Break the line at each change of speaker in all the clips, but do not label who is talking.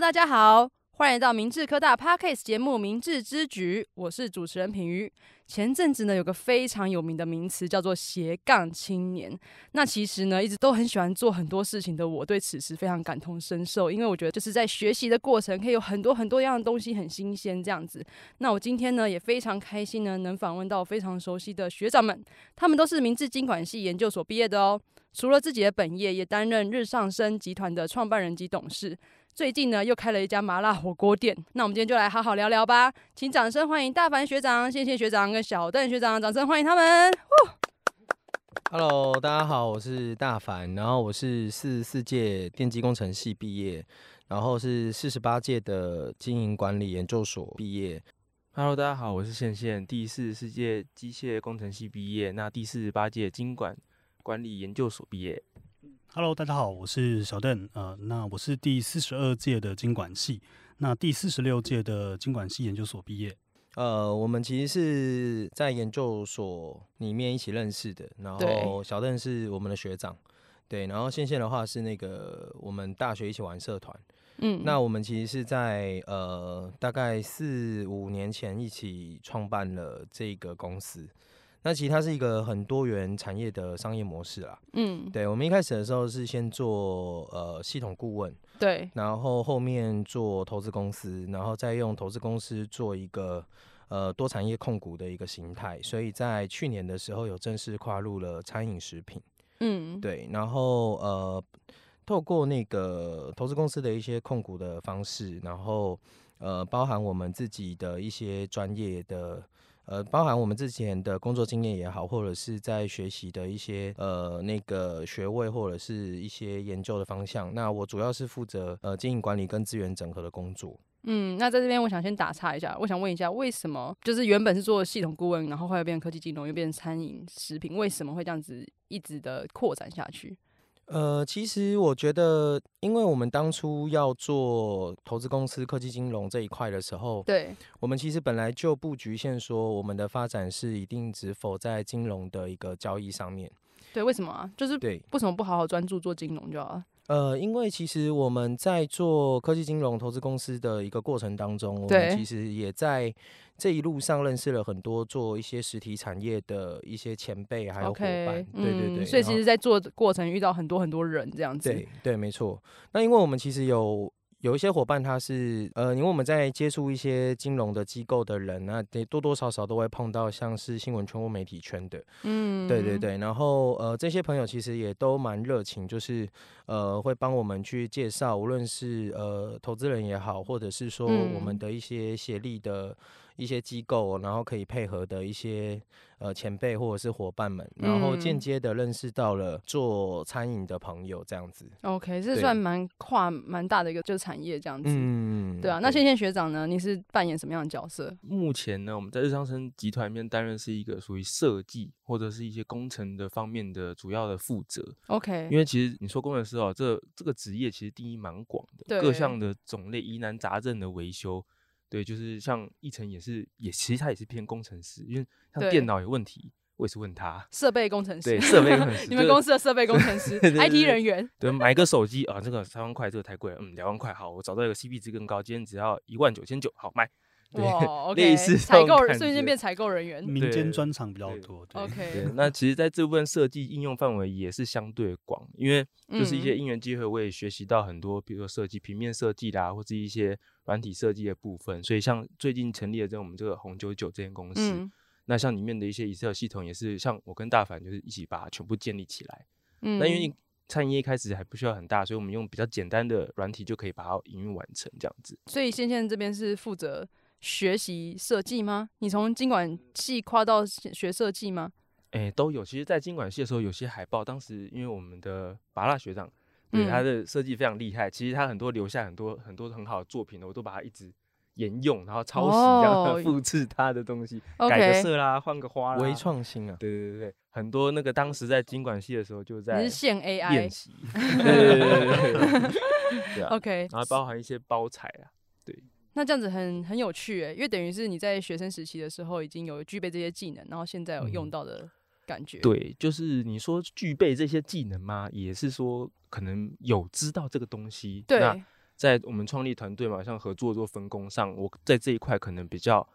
大家好，欢迎来到明治科大 Podcast 节目《明治之举》，我是主持人品瑜。前阵子呢，有个非常有名的名词叫做斜杠青年。那其实呢，一直都很喜欢做很多事情的我，对此时非常感同身受，因为我觉得就是在学习的过程，可以有很多很多样的东西，很新鲜这样子。那我今天呢，也非常开心呢，能访问到非常熟悉的学长们，他们都是明治经管系研究所毕业的哦。除了自己的本业，也担任日上升集团的创办人及董事。最近呢，又开了一家麻辣火锅店。那我们今天就来好好聊聊吧，请掌声欢迎大凡学长、谢谢学长跟小邓学长，掌声欢迎他们。
Hello，大家好，我是大凡，然后我是四十四届电机工程系毕业，然后是四十八届的经营管理研究所毕业。
Hello，大家好，我是宪宪，第四十四届机械工程系毕业，那第四十八届经管管理研究所毕业。
Hello，大家好，我是小邓。呃，那我是第四十二届的经管系，那第四十六届的经管系研究所毕业。
呃，我们其实是在研究所里面一起认识的，然
对
后小邓是我们的学长，对，然后线线的话是那个我们大学一起玩社团，
嗯，
那我们其实是在呃大概四五年前一起创办了这个公司。那其实它是一个很多元产业的商业模式啦。
嗯，
对我们一开始的时候是先做呃系统顾问，
对，
然后后面做投资公司，然后再用投资公司做一个呃多产业控股的一个形态。所以在去年的时候有正式跨入了餐饮食品。
嗯，
对，然后呃，透过那个投资公司的一些控股的方式，然后呃，包含我们自己的一些专业的。呃，包含我们之前的工作经验也好，或者是在学习的一些呃那个学位，或者是一些研究的方向。那我主要是负责呃经营管理跟资源整合的工作。
嗯，那在这边我想先打岔一下，我想问一下，为什么就是原本是做系统顾问，然后后来变成科技金融，又变成餐饮食品，为什么会这样子一直的扩展下去？
呃，其实我觉得，因为我们当初要做投资公司、科技金融这一块的时候，
对，
我们其实本来就不局限说我们的发展是一定只否在金融的一个交易上面。
对，为什么啊？就是
对，
为什么不好好专注做金融就好了？
呃，因为其实我们在做科技金融投资公司的一个过程当中，我
对
们其实也在这一路上认识了很多做一些实体产业的一些前辈还有伙
OK，
伴。对
嗯
对对，
所以
然
其
后
实，在做的过程遇到很多很多人这样子。
对对，没错。那因为我们其实有有一些伙伴，他是呃，因为我们在接触一些金融的机构的人，那得多多少少都会碰到像是新闻圈或媒体圈的。
嗯，
对对，对，然后呃，这些朋友其实也都蛮热情，就是呃，会帮我们去介绍，无论是呃投资人也好，或者是说我
嗯
们的一些协力的一些机构，然后可以配合的一些呃前辈或者是伙伴们，然后间
嗯
接的认识到了做餐饮的朋友这样子。
OK，这
对
算蛮跨蛮大的一个就是产业这样子。
嗯，
对啊，那线线学长呢？你是扮演什么样的角色？
目前呢，我们在日商生集团里面担任是一个属于设计或者是一些工程的方面的主要的负责，
OK，
因为其实你说工程师哦，这这个职业其实定义蛮广
对
的，各项的种类、疑难杂症的维修，对，就是像一成也是，也其实他也是偏工程师，因为像
对
电脑有问题，我也是问他，
设备工程师，
对设备 工程师
你们
这
公司的设备工程师
对对对
，IT 人员，
对，买个手机啊，这个三万块，这个太贵了，嗯，两万块，好，我找到一个 CP 值更高，今天只要一万九千九，好买。对
哇，OK，
类似这
采
种
购
感
瞬间
觉
变采购人员。
民间
对
专场比较
对
多。对
嗯 OK，
对，那其实在这部分设计应用范围也是相对广，因为就是一些
嗯
因缘机会，我也学习到很多，比如说设计、平面设计啦，或是一些软体设计的部分。所以像最近成立的这种我们这个红九九这间公司，
嗯
那像里面的一些 Excel 系统，也是像我跟大凡就是一起把它全部建立起来。
嗯
那因为餐饮业一开始还不需要很大，所以我们用比较简单的软体就可以把它营运完成这样子。
所以线线这边是负责学习设计吗？你从经管系跨到学设计吗？
哎，都有。其实，在经管系的时候，有些海报，当时因为我们的拔蜡学长，对、他
嗯
的设计非常厉害，其实他很多留下很多很多很好的作品的，我都把它一直沿用，然后抄袭这样、
哦
复制他的东西，改
OK
个色啦，换个花啦，
微。创新啊，
对对对对，很多那个当时在经管系的时候就在
你是现
练
AI
习， 对对对对对对，对啊
OK，
然后包含一些包材啊，
那这样子很很有趣诶，因为等于是你在学生时期的时候已经有具备这些技能，然后现在有用
嗯
到的感觉。，
对，就是你说具备这些技能吗？也是说可能有知道这个东西，那
对，
在我们创立团队嘛，像合作做分工上，我在这一块可能比较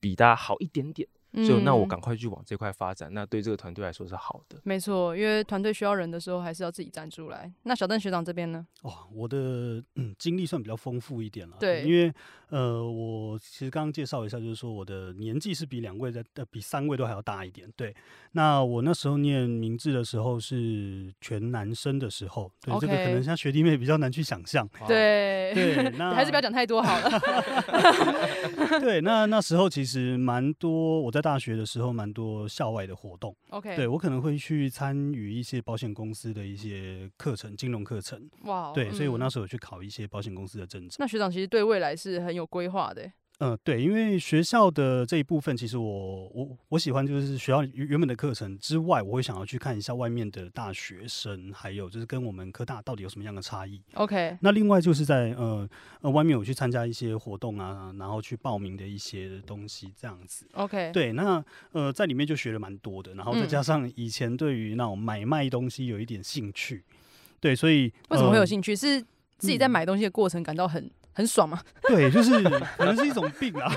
比大家好一点点，所以那我
嗯
赶快去往这块发展，那对这个团队来说是好的。
没错，因为团队需要人的时候，还是要自己站出来。那小邓学长这边呢？
哇、我的、嗯、经历算比较丰富一点了。
对
因为呃，我其实刚刚介绍一下，就是说我的年纪是比两位在呃比三位都还要大一点。对，那我那时候念明治的时候是全男生的时候，对这个可
OK
能像学弟妹比较难去想 象。
对，
哦对，啊那
还是不要讲太多好 了。
对，那那时候其实蛮多，我在大学的时候蛮多校外的活动，
OK，
对我可能会去参与一些保险公司的一些课程，金融课程，
哇哦，
对，所以我那
嗯
时候有去考一些保险公司的证照。
那学长其实对未来是很有规划的欸。
嗯，对，因为学校的这一部分，其实我我我喜欢就是学校原原本的课程之外，我会想要去看一下外面的大学生，还有就是跟我们科大到底有什么样的差异。
OK，
那另外就是在呃呃外面我去参加一些活动啊，然后去报名的一些东西这样子。
OK，
对，那呃，在里面就学了蛮多的，然后再
嗯
加上以前对于那种买卖东西有一点兴趣，对，所以
为什么会有
呃
兴趣？是自己在
嗯
买东西的过程感到很很爽吗？
对，就是可能是一种病啊，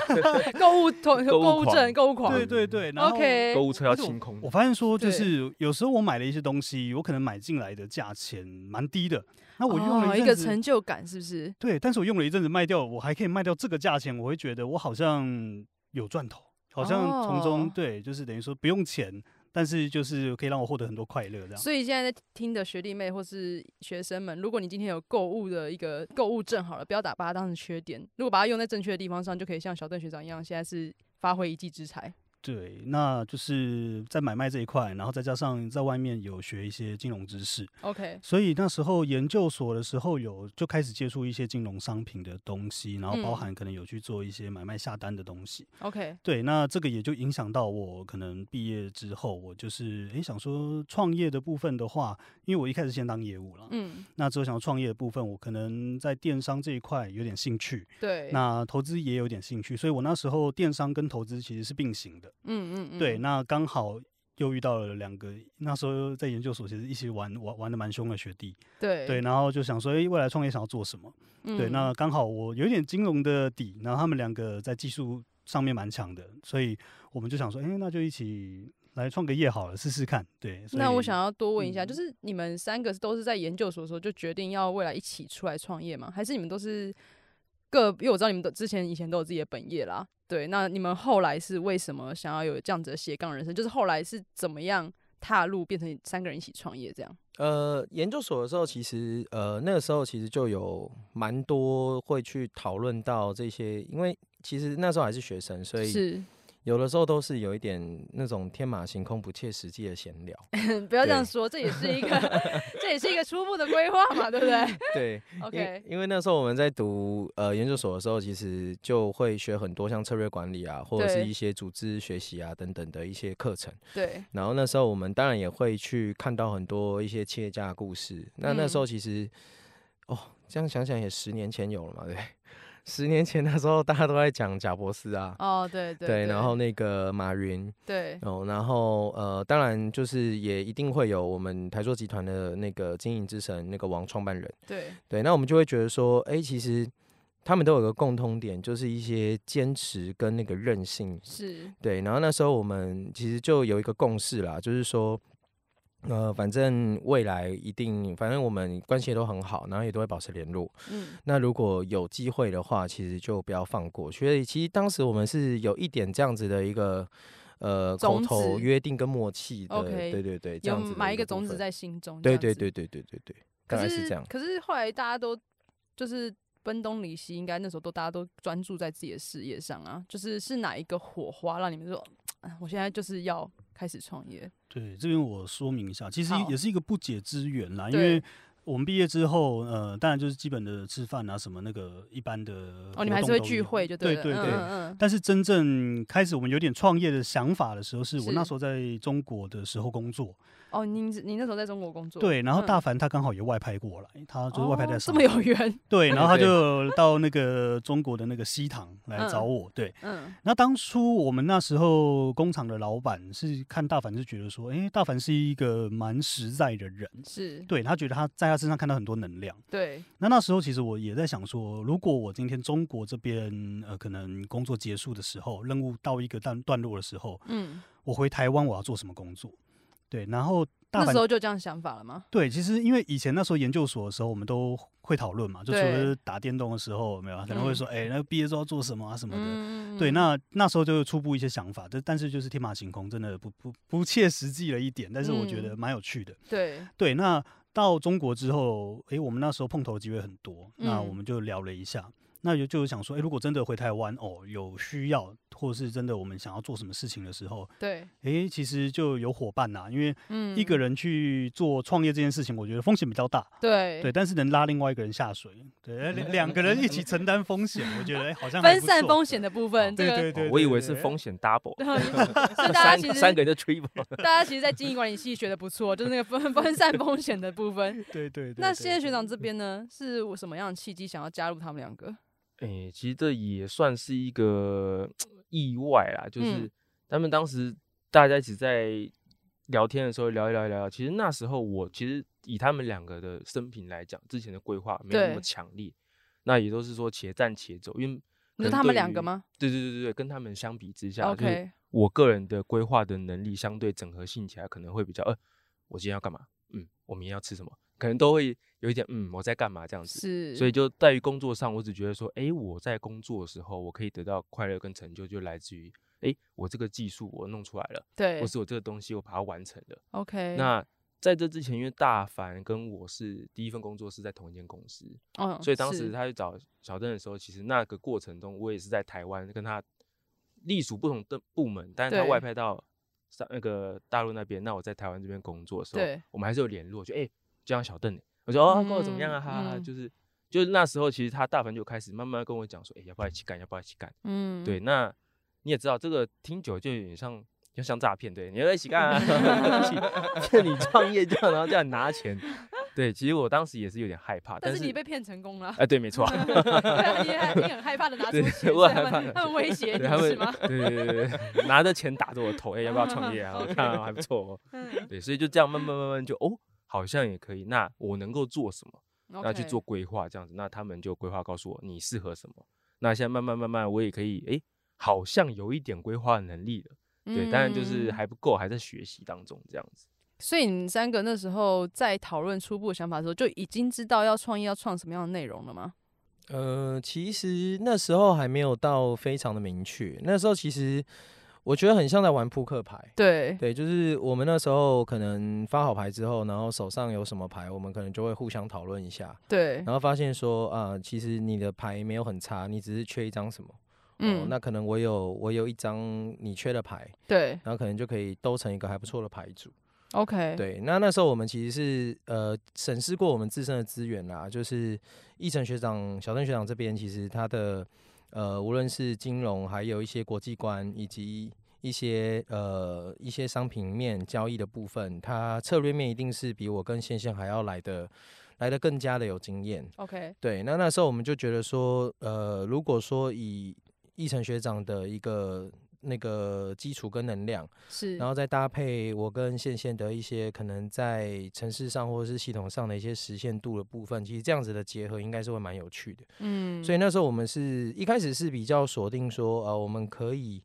购物通
购物
购物
狂
症、购物狂。
对对对，然后
OK，
购物车要
而且我
清空
我，发现说，就
对
是有时候我买了一些东西，我可能买进来的价钱蛮低的，那我用
哦
了
一个
阵子，
成就感，是不是？
对，但是我用了一阵子卖掉，我还可以卖掉这个价钱，我会觉得我好像有赚头，好像从中、
哦
对，就是等于说不用钱，但是就是可以让我获得很多快乐这样。
所以现在在听的学弟妹或是学生们，如果你今天有购物的一个购物症，好了，不要打把它当成缺点，如果把它用在正确的地方上，就可以像小邓学长一样，现在是发挥一技之才。
对，那就是在买卖这一块，然后再加上在外面有学一些金融知识，
OK，
所以那时候研究所的时候有就开始接触一些金融商品的东西，然后包
嗯
含可能有去做一些买卖下单的东西。
OK，
对，那这个也就影响到我可能毕业之后，我就是诶想说创业的部分的话，因为我一开始先当业务了，
嗯，
那之后想要创业的部分，我可能在电商这一块有点兴趣，
对，
那投资也有点兴趣，所以我那时候电商跟投资其实是并行
嗯
的。
嗯嗯，
对，那刚好又遇到了两个，那时候在研究所其实一起玩玩玩的蛮凶的学弟，
对
对，然后就想说，哎、未来创业想要做什么？对，
嗯
那刚好我有一点金融的底，然后他们两个在技术上面蛮强的，所以我们就想说，哎、那就一起来创个业好了，试试看。对，所
那我
以
想要多问一下，
嗯
就是你们三个都是在研究所的时候就决定要未来一起出来创业吗？还是你们都是各？因为我知道你们都之前以前都有自己的本业啦，对。那你们后来是为什么想要有这样子的斜杠人生？就是后来是怎么样踏入变成三个人一起创业这样？
呃，研究所的时候，其实呃那个时候其实就有蛮多会去讨论到这些，因为其实那时候还是学生，所以
是，
有的时候都是有一点那种天马行空、不切实际的闲聊。
不要这样
对
说，这也是 一个，这也是一个初步的规划嘛，对不对
对，因为
？OK，
因为那时候我们在读呃研究所的时候，其实就会学很多像策略管理啊，或者
对
是一些组织学习啊等等的一些课程。
对，
然后那时候我们当然也会去看到很多一些企业家的故事。那那时候
嗯
其实，哦，这样想想也十年前有了嘛，对。 十年前那时候大家都在讲贾伯斯啊，
哦，对对
然后那个马云，
对，
哦，然后呃，当然就是也一定会有我们台塑集团的那个经营之神那个王创办人，
对，
对，那我们就会觉得说，哎，其实他们都有个共通点，就是一些坚持跟那个韧性
是，
对，然后那时候我们其实就有一个共识啦，就是说，呃，反正未来一定，反正我们关系也都很好，然后也都会保持联络。
嗯，
那如果有机会的话，其实就不要放过。所以其实当时我们是有一点这样子的一个呃口
种
头
子
约定跟默契的
OK，
对对对，这
有
样子的
埋一个
个部
种子
分。
在心中，这
对
样
对
子
对对对对对，大
可
概
是
是这样。
可是后来大家都就是奔东离西，应该那时候都大家都专注在自己的事业上啊。就是是哪一个火花让你们说，啊我现在就是要开始创业？
对这边我说明一下，其实
好
也是一个不解之缘啦，因
对
为。我们毕业之后，呃，当然就是基本的吃饭啊，什么那个一般的
哦，你们还是
活动
会
都
聚
有
会就
对
了，
对
嗯
对，
嗯嗯
但是真正开始我们有点创业的想法的时候，是我
是
那时候在中国的时候工作，
哦，您你那时候在中国工作，
对，然后
嗯
大凡他刚好也外派过来，他就是外派在
哦、这
上
么
海，
有缘，
对，然后他
对
就到那个中国的那个西塘来找
嗯
我，对。
嗯，
那当初我们那时候工厂的老板是看大凡是觉得说，诶，大凡是一个蛮实在的人，
是
对他觉得他在他身上看到很多能量。
对，
那那时候其实我也在想说，如果我今天中国这边呃可能工作结束的时候，任务到一个段段落的时候，
嗯，
我回台湾我要做什么工作？对，然后大
那时
阪
候就这样想法了吗？
对，其实因为以前那时候研究所的时候，我们都会讨论嘛，就除
对
了打电动的时候，有没有可能会
嗯
说，哎、那毕业之后要做什么啊什么的。
嗯，
对，那那时候就初步一些想法，但但是就是天马行空，真的不不不切实际了一点，但是我觉
嗯
得蛮有趣的。
对，
对，那到中国之后，诶，我们那时候碰头的机会很多，那
嗯
我们就聊了一下，那就就想说，诶，如果真的回台湾哦，有需要，或是真的我们想要做什么事情的时候，
对，
诶，其实就有伙伴呐、因为
嗯，
一个人去做创业这件事情，我觉得风险比较大，
对
对，但是能拉另外一个人下水，对，诶两两个人一起承担风险，我觉得诶好像还
分
不
散
错哦
风险的部分，这
对
个
对对，
哦我以
对
为
对
是风险 double，
所以大家
三
其实
三个人就 triple，
大家其实，在经营管理系学的不错，就是那个分 分散风险的部分。
对对对。
那
对
谢谢学
对
长这边呢，是我什么样的契机想要加入他们两个？
诶、其实这也算是一个意外啦，就是
嗯
他们当时大家一起在聊天的时候聊一聊一聊，其实那时候我其实以他们两个的生平来讲，之前的规划没有那
对
么强烈，那也都是说且战且走，因为
你说
可能
他们
对
两个
于？
吗
对对对对对，跟他们相比之下就是
？OK，
我个人的规划的能力相对整合性起来可能会比较，呃，我今天要干嘛？嗯，我明天要吃什么？可能都会有一点，嗯，我在干嘛这样子。
是，
所以就在于工作上，我只觉得说，诶，我在工作的时候，我可以得到快乐跟成就，就来自于，诶，我这个技术我弄出来了，
对
或是我这个东西我把它完成了。
，OK，
那在这之前，因为大凡跟我是第一份工作是在同一间公司，
嗯，
所以当时
是
他去找小邓的时候，其实那个过程中，我也是在台湾跟他隶属不同的部门，但是他
对
外派到上那个大陆那边，那我在台湾这边工作的时
对
候，我们还是有联络，就哎、就像小邓欸，我说哦，过得怎么样啊？
嗯
哈哈哈，
嗯
就是就是那时候，其实他大凡就开始慢慢跟我讲说，哎、要不要一起干？要不要一起干？
嗯，
对，那你也知道，这个听久就有点像。就像诈骗，对，你要一起干啊， 一起骗你创业这样，然后这样拿钱，对，其实我当时也是有点害怕，
但
但
是你被骗成功了
哎、。对，没错啊、
对啊你还你很害怕的拿出
对
钱，
我
所以
很
他
害
们
怕
他们威胁
对
你
他们
是吗？
对对对对对，拿着钱打着我头，哎、要不要创业啊？我
嗯 OK
看啊还不错哦。
嗯
对，所以就这样慢慢慢慢就哦，好像也可以。那我能够做什么？那去
OK
做规划这样子。那他们就规划告诉我你适合什么。那现在慢慢慢慢，我也可以哎、好像有一点规划的能力了。对，当然就是
嗯
还不够，还在学习当中这样子。
所以你们三个那时候在讨论初步想法的时候，就已经知道要创业要创什么样的内容了吗？
呃，其实那时候还没有到非常的明确，那时候其实我觉得很像在玩扑克牌。
对，
对，就是我们那时候可能发好牌之后，然后手上有什么牌，我们可能就会互相讨论一下，
对，
然后发现说啊、其实你的牌没有很差，你只是缺一张什么。哦
嗯，，
那可能我有我有一张你缺的牌，
对
然后可能就可以兜成一个还不错的牌组。
，OK，，
对，那那时候我们其实是呃审视过我们自身的资源啦，就是奕晨学长、小邓学长这边，其实他的呃无论是金融，还有一些国际观，以及一些呃一些商品面交易的部分，他策略面一定是比我跟线线还要来的来的更加的有经验。
OK，
对，那那时候我们就觉得说，呃，如果说以奕晨学长的一个那个基础跟能量。
是，
然后再搭配我跟线线的一些可能在城市上或者是系统上的一些实现度的部分，其实这样子的结合应该是会蛮有趣的。
嗯，
所以那时候我们是一开始是比较锁定说，呃，我们可以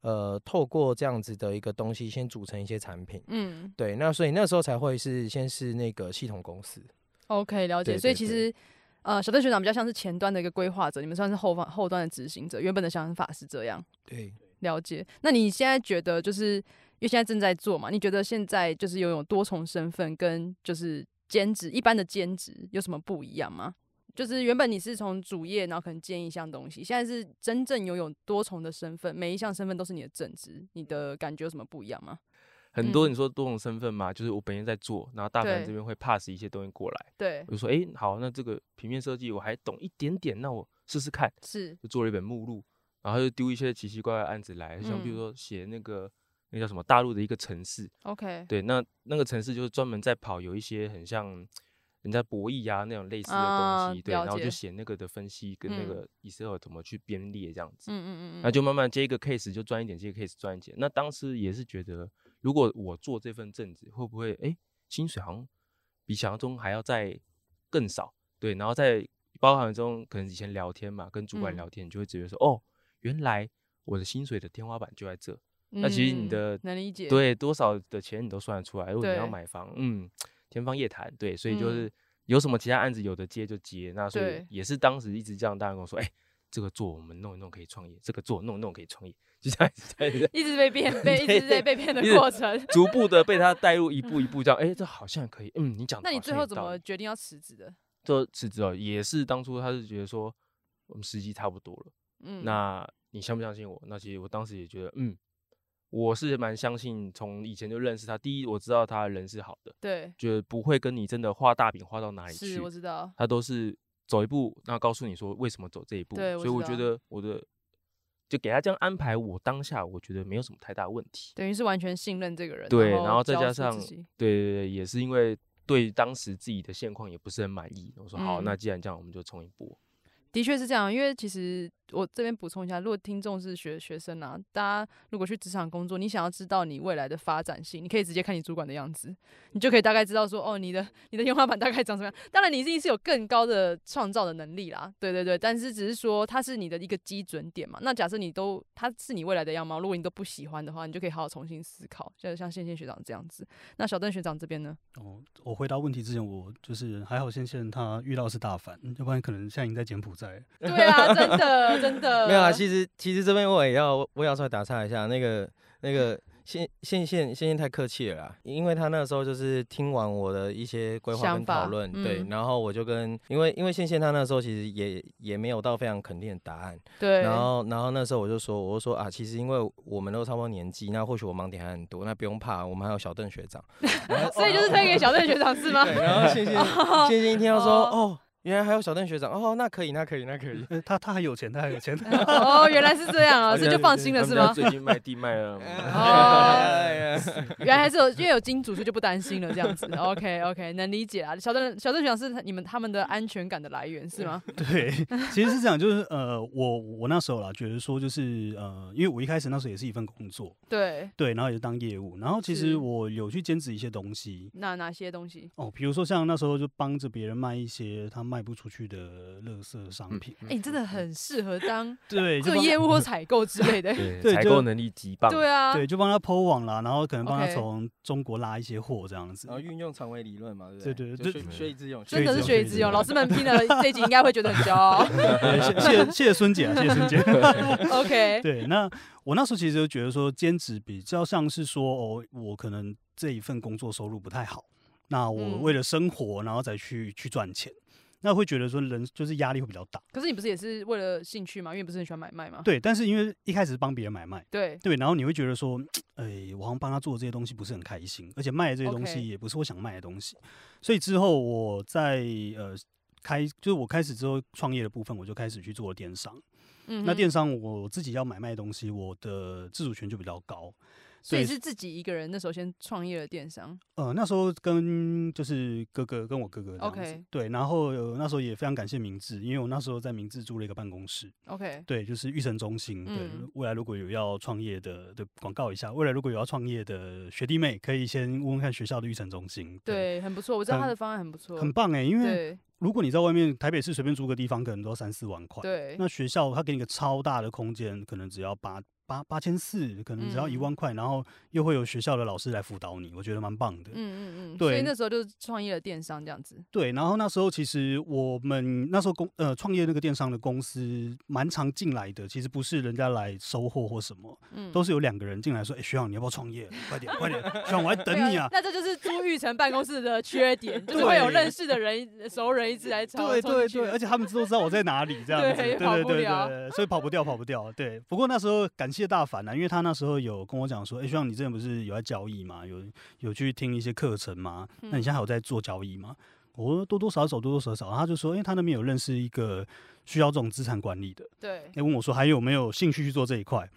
呃透过这样子的一个东西先组成一些产品。
嗯
对，那所以那时候才会是先是那个系统公司，
，OK，了解。
对
所以
对
其
对
实，呃，小邓学长比较像是前端的一个规划者，你们算是后方后端的执行者。原本的想法是这样，
对，
了解。那你现在觉得，就是因为现在正在做嘛，你觉得现在就是拥有多重身份跟就是兼职一般的兼职有什么不一样吗？就是原本你是从主业，然后可能兼一项东西，现在是真正拥有多重的身份，每一项身份都是你的正职，你的感觉有什么不一样吗？
很多
嗯
你说多种身份嘛，就是我本业在做，然后大凡
对
这边会 pass 一些东西过来，
对
我，就说哎、好，那这个平面设计我还懂一点点，那我试试看。
是，
就做了一本目录，然后就丢一些奇奇怪怪的案子来，像比
嗯
如说写那个那叫什么大陆的一个城市，
OK，
对，那那个城市就是专门在跑有一些很像人家博弈啊那种类似的
啊
东西，对，
了
然后就
解
写那个的分析跟那
嗯
个 Excel 怎么去编列这样子，
嗯嗯嗯
那
嗯，
就慢慢接一个 case 就赚一点，接一个 case 赚一点。那当时也是觉得，如果我做这份正职，会不会哎薪水好像比想象中还要再更少。对，然后在包含中，可能以前聊天嘛，跟主管
嗯
聊天，你就会直接说，哦，原来我的薪水的天花板就在这。那其实你
嗯
的
能理解，，
对，多少的钱你都算得出来。如果你要
对
买房，嗯，天方夜谭。对，所以就
嗯
是有什么其他案子有的接就接，那所以
对
也是当时一直这样，大家跟我说，哎、这个做我们弄一弄可以创业，这个做弄一弄可以创业，就这样子，这 样 子
一直被骗，被一直在被骗的
一直
过程。
逐步的被他带入一步一步这样，哎、这好像可以，嗯，你讲的
那你
好
最
像
后
有
怎
道
么
理
决定要辞职的？
就辞职了？也是当初他是觉得说我们时机差不多了，
嗯，
那你相不相信我？那其实我当时也觉得，嗯，我是蛮相信，从以前就认识他。第一，我知道他人是好的。
对，
觉得不会跟你真的画大饼画到哪里去
是，我知道，
他都是走一步，然后告诉你说为什么走这一步。
对我
所以我
知
觉
道
得我的就给他这样安排，我当下我觉得没有什么太大问题。
等于是完全信任这个人。
对
然
然后再
交
加
出
上
自己
对对对，也是因为对当时自己的现况也不是很满意，我说好，
嗯
那既然这样，我们就冲一波。
的确是这样，因为其实我这边补充一下，如果听众是学学生啊，大家如果去职场工作，你想要知道你未来的发展性，你可以直接看你主管的样子，你就可以大概知道说，哦，你的你的天花板大概长什么样。当然，你一定是有更高的创造的能力啦，对对对。但是只是说它是你的一个基准点嘛。那假设你都它是你未来的样貌，如果你都不喜欢的话，你就可以好好重新思考，就像线线学长这样子。那小邓学长这边 呢？
哦，我回答问题之前，我就是还好，先现他遇到是大凡，要不然可能现在已经在柬埔寨了。
对啊，真的真的
没有啊，其实其实这边我也要我也要稍微打岔一下，那个那
嗯
个线线线线线太客气了啦，因为他那时候就是听完我的一些规划
想
跟
法
讨论，对
嗯，
然后我就跟因为因为线线他那时候其实也也没有到非常肯定的答案，
对，
然后然后那时候我就说我就说啊，其实因为我们都差不多年纪，那或许我盲点还很多，那不用怕，我们还有小邓学长。
所以就是推给小邓学长是吗？
对，然后线 线线线一听到说
哦
哦，原来还有小邓学长，哦，那可以，那可以，那可以。
呃，他他还有钱，他还有钱。
哦，原来是这样啊，
而
这
且
就放心
他
了
们
是
家
吗？嗯
最近卖 地卖了嗯
哎
哦原来还是有，因为有金主，所以就不担心了这样子。OK OK，能理解啊。小邓小邓学长是你们他们的安全感的来源是吗？
对，其实是这样，就是呃，我我那时候啦，觉得说就是呃，因为我一开始那时候也是一份工作，
对，
对，然后也是当业务，然后其
是
实我有去兼职一些东西。
那哪些东西？
哦，比如说像那时候就帮着别人卖一些他卖不出去的垃圾商品，
哎、你真的很适合当
对，就
做
帮
业务或采购之类的。
对，
对
采
就
购能力极棒。
对啊，
对，就帮他铺网啦，然后可能帮他
OK 哦
从中国拉一些货这样子。
然后运用长尾理论嘛，对不对？
对对
就
对
学学以致用，
真的是学
学
以
以
致
致
用。
用
老师们听了这一集应该会觉得很骄傲。
对谢谢谢谢孙姐啊，谢谢孙姐。
OK，
对，那我那时候其实就觉得说，兼职比较像是说，哦，我可能这一份工作收入不太好，那我
嗯
为了生活，然后再去去赚钱，那会觉得说人就是压力会比较大。
可是你不是也是为了兴趣吗？因为你不是很喜欢买卖吗？
对，但是因为一开始帮别人买卖，
对
对，然后你会觉得说，哎、我好像帮他做这些东西不是很开心，而且卖的这些东
OK
西也不是我想卖的东西，所以之后我在呃。开就是我开始之后创业的部分，我就开始去做电商。
嗯
那
哼
电商我自己要买卖的东西，我的自主权就比较高，
所以
对
是自己一个人那时候先创业了电商。
呃，那时候跟就是哥哥跟我哥哥这样子
OK
对，然后、呃、那时候也非常感谢明志，因为我那时候在明志租了一个办公室，
OK，
对，就是育成中心，对，
嗯
未来如果有要创业的，对，广告一下，未来如果有要创业的学弟妹，可以先问问看学校的育成中心，
对，很不错，我知道他
很
的方案很不错，
很棒哎、因为
对
如果你在外面台北市随便租个地方，可能都要三四万块，，
对
那学校他给你个超大的空间，可能只要八八八千四，可能只要一
嗯
万块，然后又会有学校的老师来辅导你，我觉得蛮棒的，
嗯嗯嗯，所
对
以那时候就是创业了电商这样子。
对，然后那时候其实我们那时候公呃创业那个电商的公司蛮常进来的，其实不是人家来收货或什么，
嗯，！”
都是有两个人进来说：“哎、学长你要不要创业？快点快点，学长我还等你啊
那这就是朱玉成办公室的缺点，就是会有认识的人、熟人一直来 找。
对对对，而
对，
且他们都知道我在 哪里，这样子，
对
对
跑
对
不
对
了
对，所以跑不掉，跑不掉。对，不过那时候感谢大凡啊，因为他那时候有跟我讲说，哎、学长你之前不是有在交易嘛，有有去听一些课程嘛，
嗯
那你现在还有在做交易吗？我说多多少少，多多少少，然后他就说，哎、他那边有认识一个需要这种资产管理的，
对
哎、问我说还有没有兴趣去做这一块？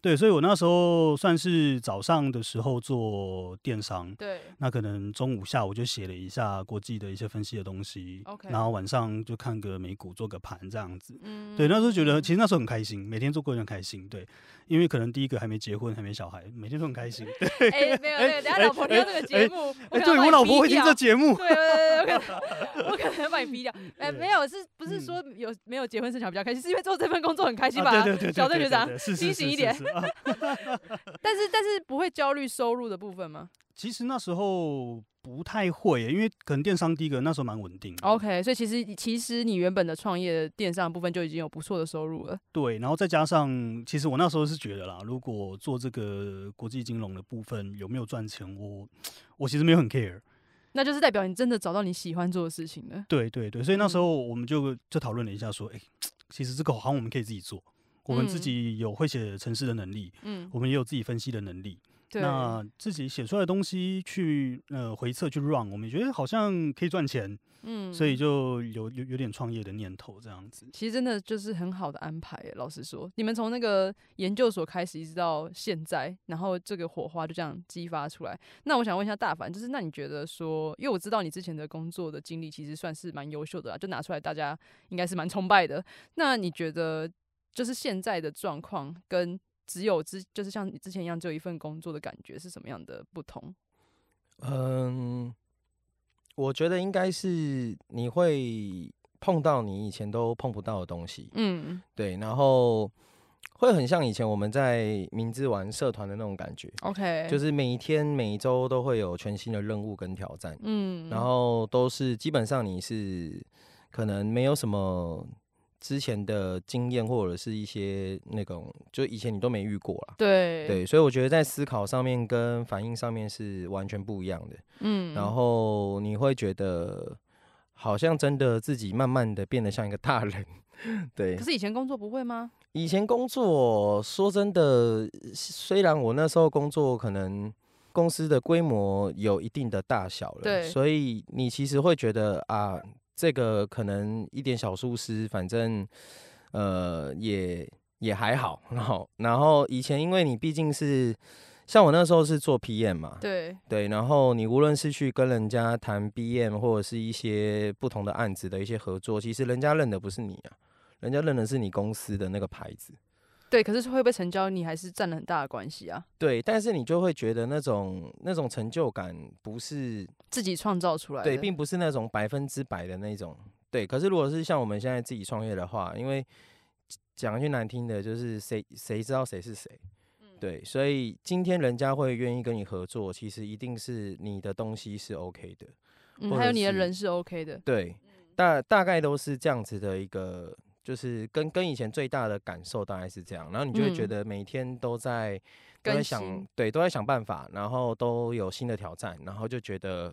对，所以我那时候算是早上的时候做电商，
对，
那可能中午下午就写了一下国际的一些分析的东西
OK
然后晚上就看个美股做个盘这样子。
嗯
对，那时候觉得
嗯
其实那时候很开心，每天做过得很开心。对，因为可能第一个还没结婚，还没小孩，每天都很 开心。 对，
哎，没有没有，等下老婆听到这个节目，
哎、
可能
对
把你
我老婆会
逼
听这
掉
节目，
对对对，对我可能 我可能把你逼掉。哎，
对
没有，是不是
嗯
说有没有结婚生小孩比较开心？是因为做这份工作很开心吧？
啊、对对对对，
小
对
郑学
对
长
对，是是
清
是
醒一
是
点
是啊
但是但是不会焦虑收入的部分吗
其实那时候不太会耶，因为可能电商第一个那时候蛮稳定的
？OK，所以其实其实你原本的创业电商部分就已经有不错的收入了。
对，然后再加上，其实我那时候是觉得啦，如果做这个国际金融的部分有没有赚钱，我我其实没有很 care。
那就是代表你真的找到你喜欢做的事情了。
对对对，所以那
嗯
时候我们就就讨论了一下，说，哎、其实这个好像我们可以自己做，我们自
嗯
己有会写程式的能力，
嗯，
我们也有自己分析的能力，
对，
那自己写出来的东西去呃回测去 run，我们觉得好像可以赚钱，
嗯，
所以就有有有点创业的念头这样 子。
其实真的就是很好的安排耶。老实说，你们从那个研究所开始一直到现在，然后这个火花就这样激发出来。那我想问一下大凡，就是那你觉得说，因为我知道你之前的工作的经历其实算是蛮优秀的啦，就拿出来大家应该是蛮崇拜的。那你觉得就是现在的状况跟只有之就是像你之前一样只有一份工作的感觉是什么样的不同？
嗯，我觉得应该是你会碰到你以前都碰不到的东西，
嗯，
对，然后会很像以前我们在明知玩社团的那种感觉，
OK，
就是是每一天每一周都会有全新的任务跟挑战，
嗯，
然后都是基本上你是可能没有什么之前的经验或者是一些那种就以前你都没遇过啦。
对，
对，所以我觉得在思考上面跟反应上面是完全不一样的。
嗯，
然后你会觉得好像真的自己慢慢的变得像一个大人。 对
可，是以前工作不会吗？
以前工作说真的，呃虽然我那时候工作可能公司的规模有一定的大小了，
对
所以你其实会觉得啊，这个可能一点小疏失，反正呃也也还好。 然后然后以前因为你毕竟是像我那时候是做 PM 嘛，
对，
对，然后你无论是去跟人家谈 BM 或者是一些不同的案子的一些合作，其实人家认的不是你啊，人家认的是你公司的那个牌子。
对，可是会不会成交，你还是占了很大的关系啊，
对，但是你就会觉得那种那种成就感不是
自己创造出来的。
对，并不是那种百分之百的那种对。可是如果是像我们现在自己创业的话，因为讲句难听的，就是谁谁知道谁是谁，对，所以今天人家会愿意跟你合作，其实一定是你的东西是 OK 的。
嗯，
或
还有
者
你的
是
人是 OK 的。
对，
嗯
大大概都是这样子的一个，就是跟跟以前最大的感受大概是这样，然后你就会觉
嗯
得每天都在、都在
更
想
新，
对，都在想办法，然后都有新的挑战，然后就觉得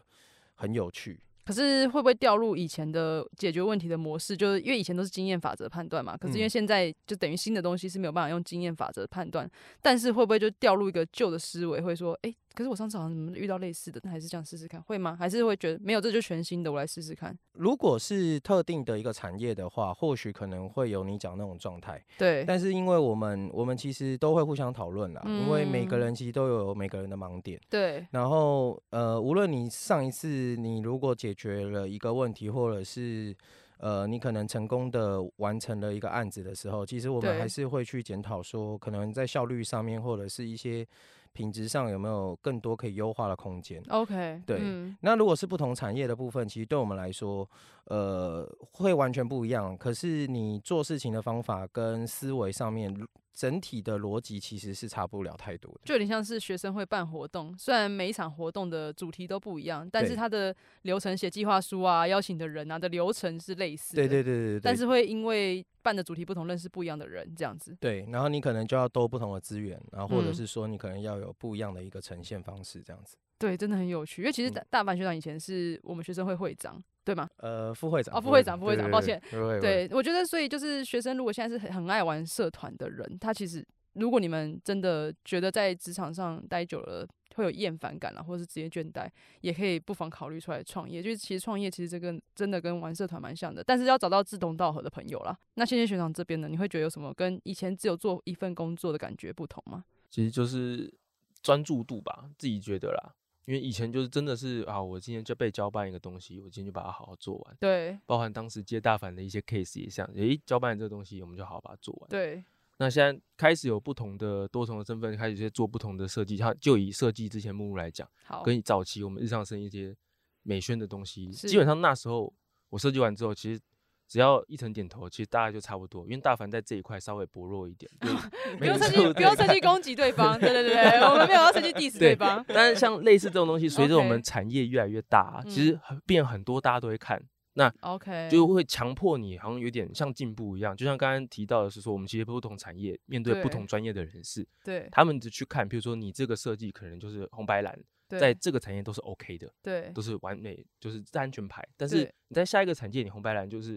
很有趣。
可是会不会掉入以前的解决问题的模式？就是因为以前都是经验法则判断嘛，可是因为
嗯
现在就等于新的东西是没有办法用经验法则判断，但是会不会就掉入一个旧的思维，会说，哎、可是我上次好像怎么遇到类似的，那还是这样试试看，会吗？还是会觉得没有，这就全新的，我来试试看。
如果是特定的一个产业的话，或许可能会有你讲那种状态，
对，
但是因为我们我们其实都会互相讨论啦，因为每个
嗯
人其实都有每个人的盲点。
对，
然后呃，无论你上一次你如果解决了一个问题，或者是呃你可能成功的完成了一个案子的时候，其实我们还
对
是会去检讨说，可能在效率上面或者是一些品质上有没有更多可以优化的空间。
OK，
对
嗯
那如果是不同产业的部分，其实对我们来说，呃，会完全不一样。可是你做事情的方法跟思维上面，整体的逻辑其实是差不了太多的。
就有点像是学生会办活动，虽然每一场活动的主题都不一样，但是
对
它的流程、写计划书啊、邀请的人啊的流程是类似的。
对对对对对。
但是会因为办的主题不同，认识不一样的人，这样子。
对，然后你可能就要多不同的资源，然后或者
嗯
是说你可能要有不一样的一个呈现方式，这样子。
对，真的很有趣。因为
嗯
其实大大阪学长以前是我们学生会会长，对吗？
呃，副会长
哦副会长副会长抱歉，对，我觉得所以就是学生如果现在是很很爱玩社团的人，他其实如果你们真的觉得在职场上待久了。会有厌烦感啊，或者是职业倦怠，也可以不妨考虑出来创业。就是其实创业其实这个真的跟玩社团蛮像的，但是要找到志同道合的朋友啦。那仙仙学长这边呢，你会觉得有什么跟以前只有做一份工作的感觉不同吗？
其实就是专注度吧，自己觉得啦。因为以前就是真的是啊，我今天就被交办一个东西，我今天就把它好好做完。
对
包含当时接大凡的一些 case 也像，诶，交办这个东西，我们就好好把它做完。
对，
那现在开始有不同的多重的身份，开始去做不同的设计。它就以设计之前目录来讲，
好，
跟以早期我们日常生一些美宣的东西，
哦是
基本上那时候我设计完之后，其实只要一层点头，其实大概就差不多。因为大凡在这一块稍微薄弱一点，对
不用
没
设
错
计，不
对
用设计攻击对方，对对对对，我们没有要设计 diss 对方，
但是像类似这种东西，随着我
OK 嗯
们产业越来越大，其实很变很多，大家都会看。
OK，
就会强迫你，好像有点像进步一样。就像刚刚提到的是说，我们其实不同产业面对不
对
同专业的人士，
对
他们只去看，比如说你这个设计可能就是红白蓝，在
对
这个产业都是 OK 的，
对
都是完美，就是安全牌。但
对
是你在下一个产业，你红白蓝就是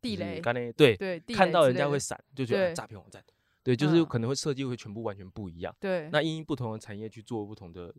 地
就是
雷
刚才对
对，地
看
雷
到
之
人家
类
会
的
闪，就觉得
对
哎诈骗网站，对，就是
嗯
可能会设计会全部完全不一样。
对，
那因应不同的产业去做不同的，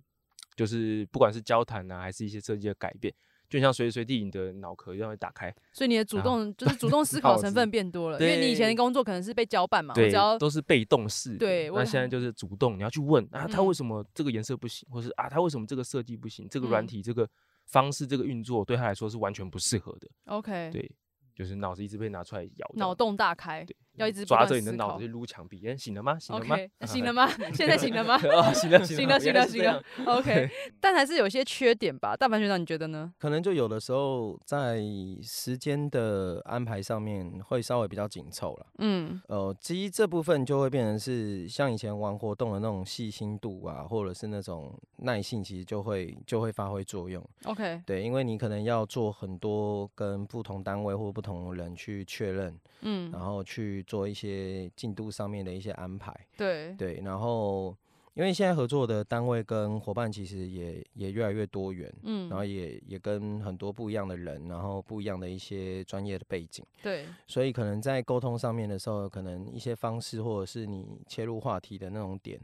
就是不管是交谈啊，还是一些设计的改变，就像随时随地你的脑壳一样会打开。
所以你的主
然后
动 就是主动思考
脑
成
子
分变多了，因为你以前的
对
工作可能是被交办嘛，我
对，
只要
都是被动式的。
对我
那现在就是主动，你要去问啊，它
嗯
为什么这个颜色不行，或是啊，它为什么这个设计不行？这个软
嗯
体、这个方式、这个运作对他来说是完全不适合的。
OK，
对，就是脑子一直被拿出来摇，
脑洞大开，
对，
要一直不
嗯抓
断
着你的
思
脑
考
子去撸墙壁。哎，醒了吗？醒了吗
OK，？那醒了吗？现在醒了吗
哦，醒了，
醒
醒
了
了，
醒
原来
了
是
醒
这
了
样。
？OK，但还是有一些缺点吧。大凡学长，你觉得呢？
可能就有的时候在时间的安排上面会稍微比较紧凑了。
嗯，
呃，基这部分就会变成是像以前玩活动的那种细心度啊，或者是那种耐性，其实就会就会发挥作用。
啊
OK，
对，因为你可能要做很多跟不同单位或不同人去确认，
嗯
然，后去做一些进度上面的一些安排。
对，
对，然后因为现在合作的单位跟伙伴其实也也越来越多元，
嗯
然，后也也跟很多不一样的人，然后不一样的一些专业的背景，
对，
所以可能在沟通上面的时候，可能一些方式或者是你切入话题的那种点，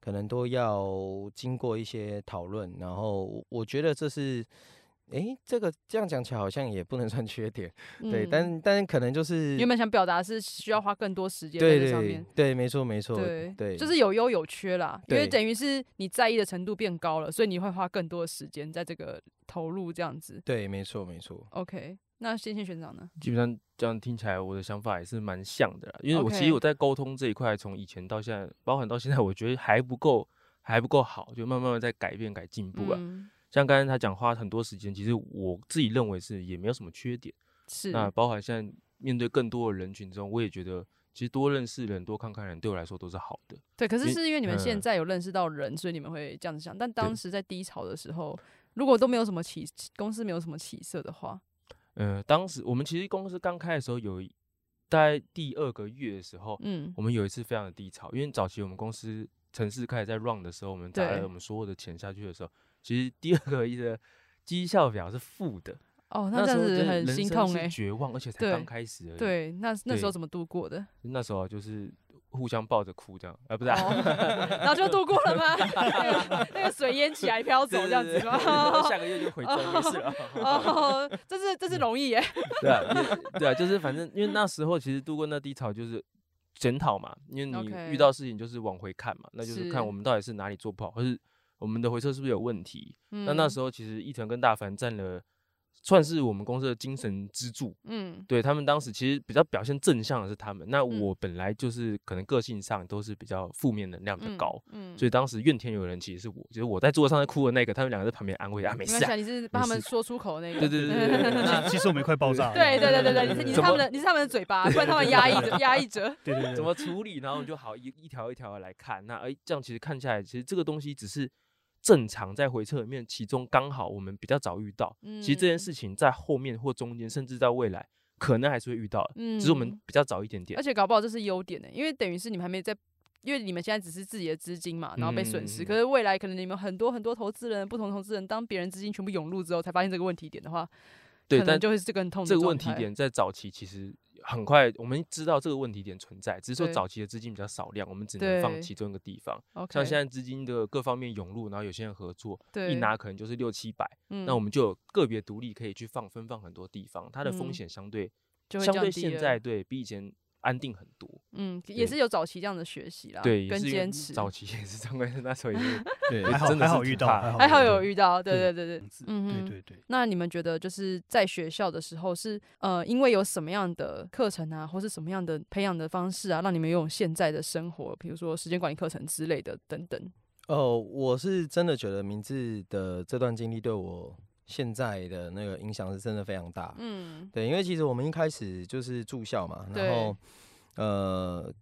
可能都要经过一些讨论。然后我我觉得这是，诶，这个这样讲起来好像也不能算缺点，对，
嗯
但但可能就是
原本想表达是需要花更多时间在
对
这上
对
面。
对，没错没错，
对
对，
就是有优有缺啦，因为
对
等于是你在意的程度变高了，所以你会花更多的时间在这个投入这样子。
对，没错没错。
OK，那仙仙学长呢？
基本上这样听起来，我的想法也是蛮像的啦。因为我其
OK
实我在沟通这一块，从以前到现在，包含到现在，我觉得还不够，还不够好，就慢慢的在改变、改进步啊。
嗯
像刚才他讲花很多时间，其实我自己认为是也没有什么缺点。
是，
那包含现在面对更多的人群中，我也觉得其实多认识人、多看看人，对我来说都是好的。
对，可是
你
是因为你们现
嗯
在有认识到人，所以你们会这样子想。但当时在低潮的时候，如果都没有什么起公司没有什么起色的话，
呃，当时我们其实公司刚开的时候，有一大概第二个月的时候，
嗯
我们有一次非常的低潮，因为早期我们公司城市开始在 run 的时候，我们砸
对
了我们所有的钱下去的时候，其实第二个一的绩效表是负的，
哦，那这
时
样
候真
子
的
很
人
心
生
痛
是
哎、
绝望，而且才
对
刚开始而已。，
对，那那时候
对
怎么度过 的？
那时候就是互相抱着哭这样，啊，不是、啊，
哦，然后就度过了吗？ 那个那个水淹起来飘走
对
这样子吗？
对对 下个月就回家没事了。
哦，这是这是容易欸耶、
对啊，也对啊，就是反正因为那时候其实度过那低潮就是检讨嘛，因为你
OK
遇到事情就是往回看嘛，那就是
是
看我们到底是哪里做不好，或是我们的回撤是不是有问题。
嗯
那那时候其实伊藤跟大凡占了算是我们公司的精神支柱，
嗯
对他们当时其实比较表现正向的是他们，那
嗯
我本来就是可能个性上都是比较负面能量比较
嗯
高。
嗯，
所以当时怨天尤人其实是我，就是我在桌上在哭的那个，他们两个在旁边安慰啊，没
没关
事
系
啊
啊，，你是帮他
没
们
事
说出口的那个，
对对对对对 对，那
其其实我们也快爆炸了。
对对对对对，你是你是
怎
他
么
们的你是他们的嘴巴，不然他们压抑着压抑着。
对对对，
怎么处理，然后我们就好一一条一条的来看。那哎、这样其实看下来，其实这个东西只是正常在回撤里面，其中刚好我们比较早遇到。
嗯
其实这件事情在后面或中间，甚至在未来，可能还是会遇到的，只是我们
嗯
比较早一点点
而。且搞不好这是优点呢、欸因为等于是你们还没在，因为你们现在只是自己的资金嘛，然后被损失。
嗯嗯嗯
可是未来可能你们很多很多投资人，不同投资人，当别人资金全部涌入之后，才发现这个问题点的话，
对，
可能
但
就会是这个很痛的
这个
状
问题
态。
点在早期其实很快我们知道这个问题点存在，只是说
对
早期的资金比较少量，我们只能
对
放其中一个地方。
OK，
像现在资金的各方面涌入，然后有些人合作，
对
一拿可能就是六七百，
嗯
那我们就有个别独立可以去放分放很多地方，它的
嗯
风险相对
就会
相
降
对
低
现
了
在对比以前安定很多。
嗯也是有早期这样的学习啦，
对，也
跟
是因为
啊坚持，
早期也是中国 人那时候 也是
对
还好
真的
还
是
好
挺
遇到，
怕
还好
还好
遇到
有遇到，对对
对
对对，嗯
对
哼
对对。
那你们觉得就是在学校的时候是呃，因为有什么样的课程啊，或是什么样的培养的方式啊，让你们拥有现在的生活，比如说时间管理课程之类的等等。
哦，我是真的觉得明志的这段经历对我现在的那个影响是真的非常大。
嗯，
对，因为其实我们一开始就是住校嘛，然后呃，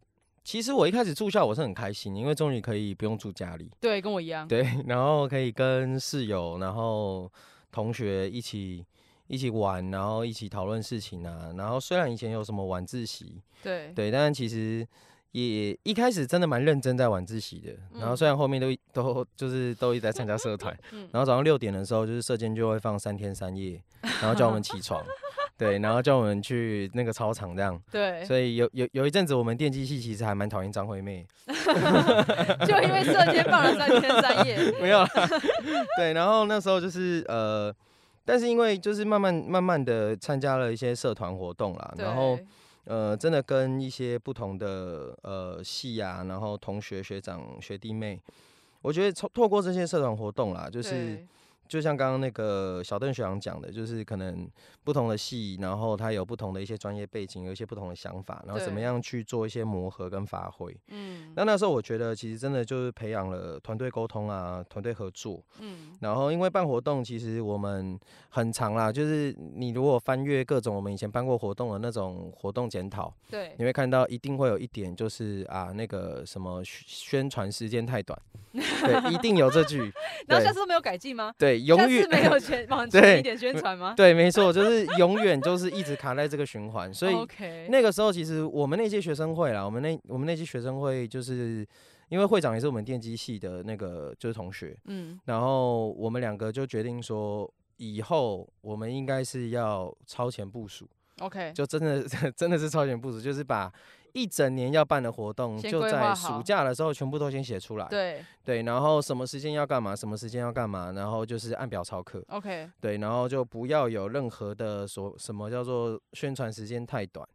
其实我一开始住校我是很开心，因为终于可以不用住家里，
对，跟我一样。
对，然后可以跟室友，然后同学一起一起玩，然后一起讨论事情啊。然后虽然以前有什么晚自习，
对
对，但其实也一开始真的蛮认真在晚自习的。然后虽然后面都都就是都一直在参加社团，
嗯
然后早上六点的时候，就是社监就会放三天三夜，然后叫我 们起床，对，然后叫我们去那个操场这样。
对，
所以有有有一阵子，我们电机系其实还蛮讨厌张惠 妹，
就因为射箭放了三天三夜。
没有啦，对，然后那时候就是呃，但是因为就是慢慢慢慢的参加了一些社团活动啦，
对
然后呃，真的跟一些不同的呃系啊，然后同学、学长、学弟妹，我觉得透透过这些社团活动啦，就是
对
就像刚刚那个小邓学长讲的，就是可能不同的系，然后他有不同的一些专业背景，有一些不同的想法，然后怎么
对
样去做一些磨合跟发挥。
嗯
那那时候我觉得，其实真的就是培养了团队沟通啊，团队合作。
嗯
然后因为办活动，其实我们很长啦，就是你如果翻阅各种我们以前办过活动的那种活动检讨，
对，
你会看到一定会有一点就是啊，那个什么宣宣传时间太短，对，一定有这句
然后下
对
次都没有改进吗？
对，
下
永
次没
远
有前往前
对
一点宣传吗？
对，没错，就是永远就是一直卡在这个循环，所 以
OK，
那个时候，其实我们那届学生会啦，我们那我们那届学生会，就是因为会长也是我们电机系的那个就是同学，
嗯
然后我们两个就决定说，以后我们应该是要超前部署，
OK，
就真的真的是 超前部署，就是把一整年要办的活动，
先
就
规划
在
好
暑假的时候全部都先写出来，
对
对然后什么时间要干嘛，什么时间要干嘛，然后就是按表操课，
OK，
对，然后就不要有任何的所什么叫做宣传时间太短。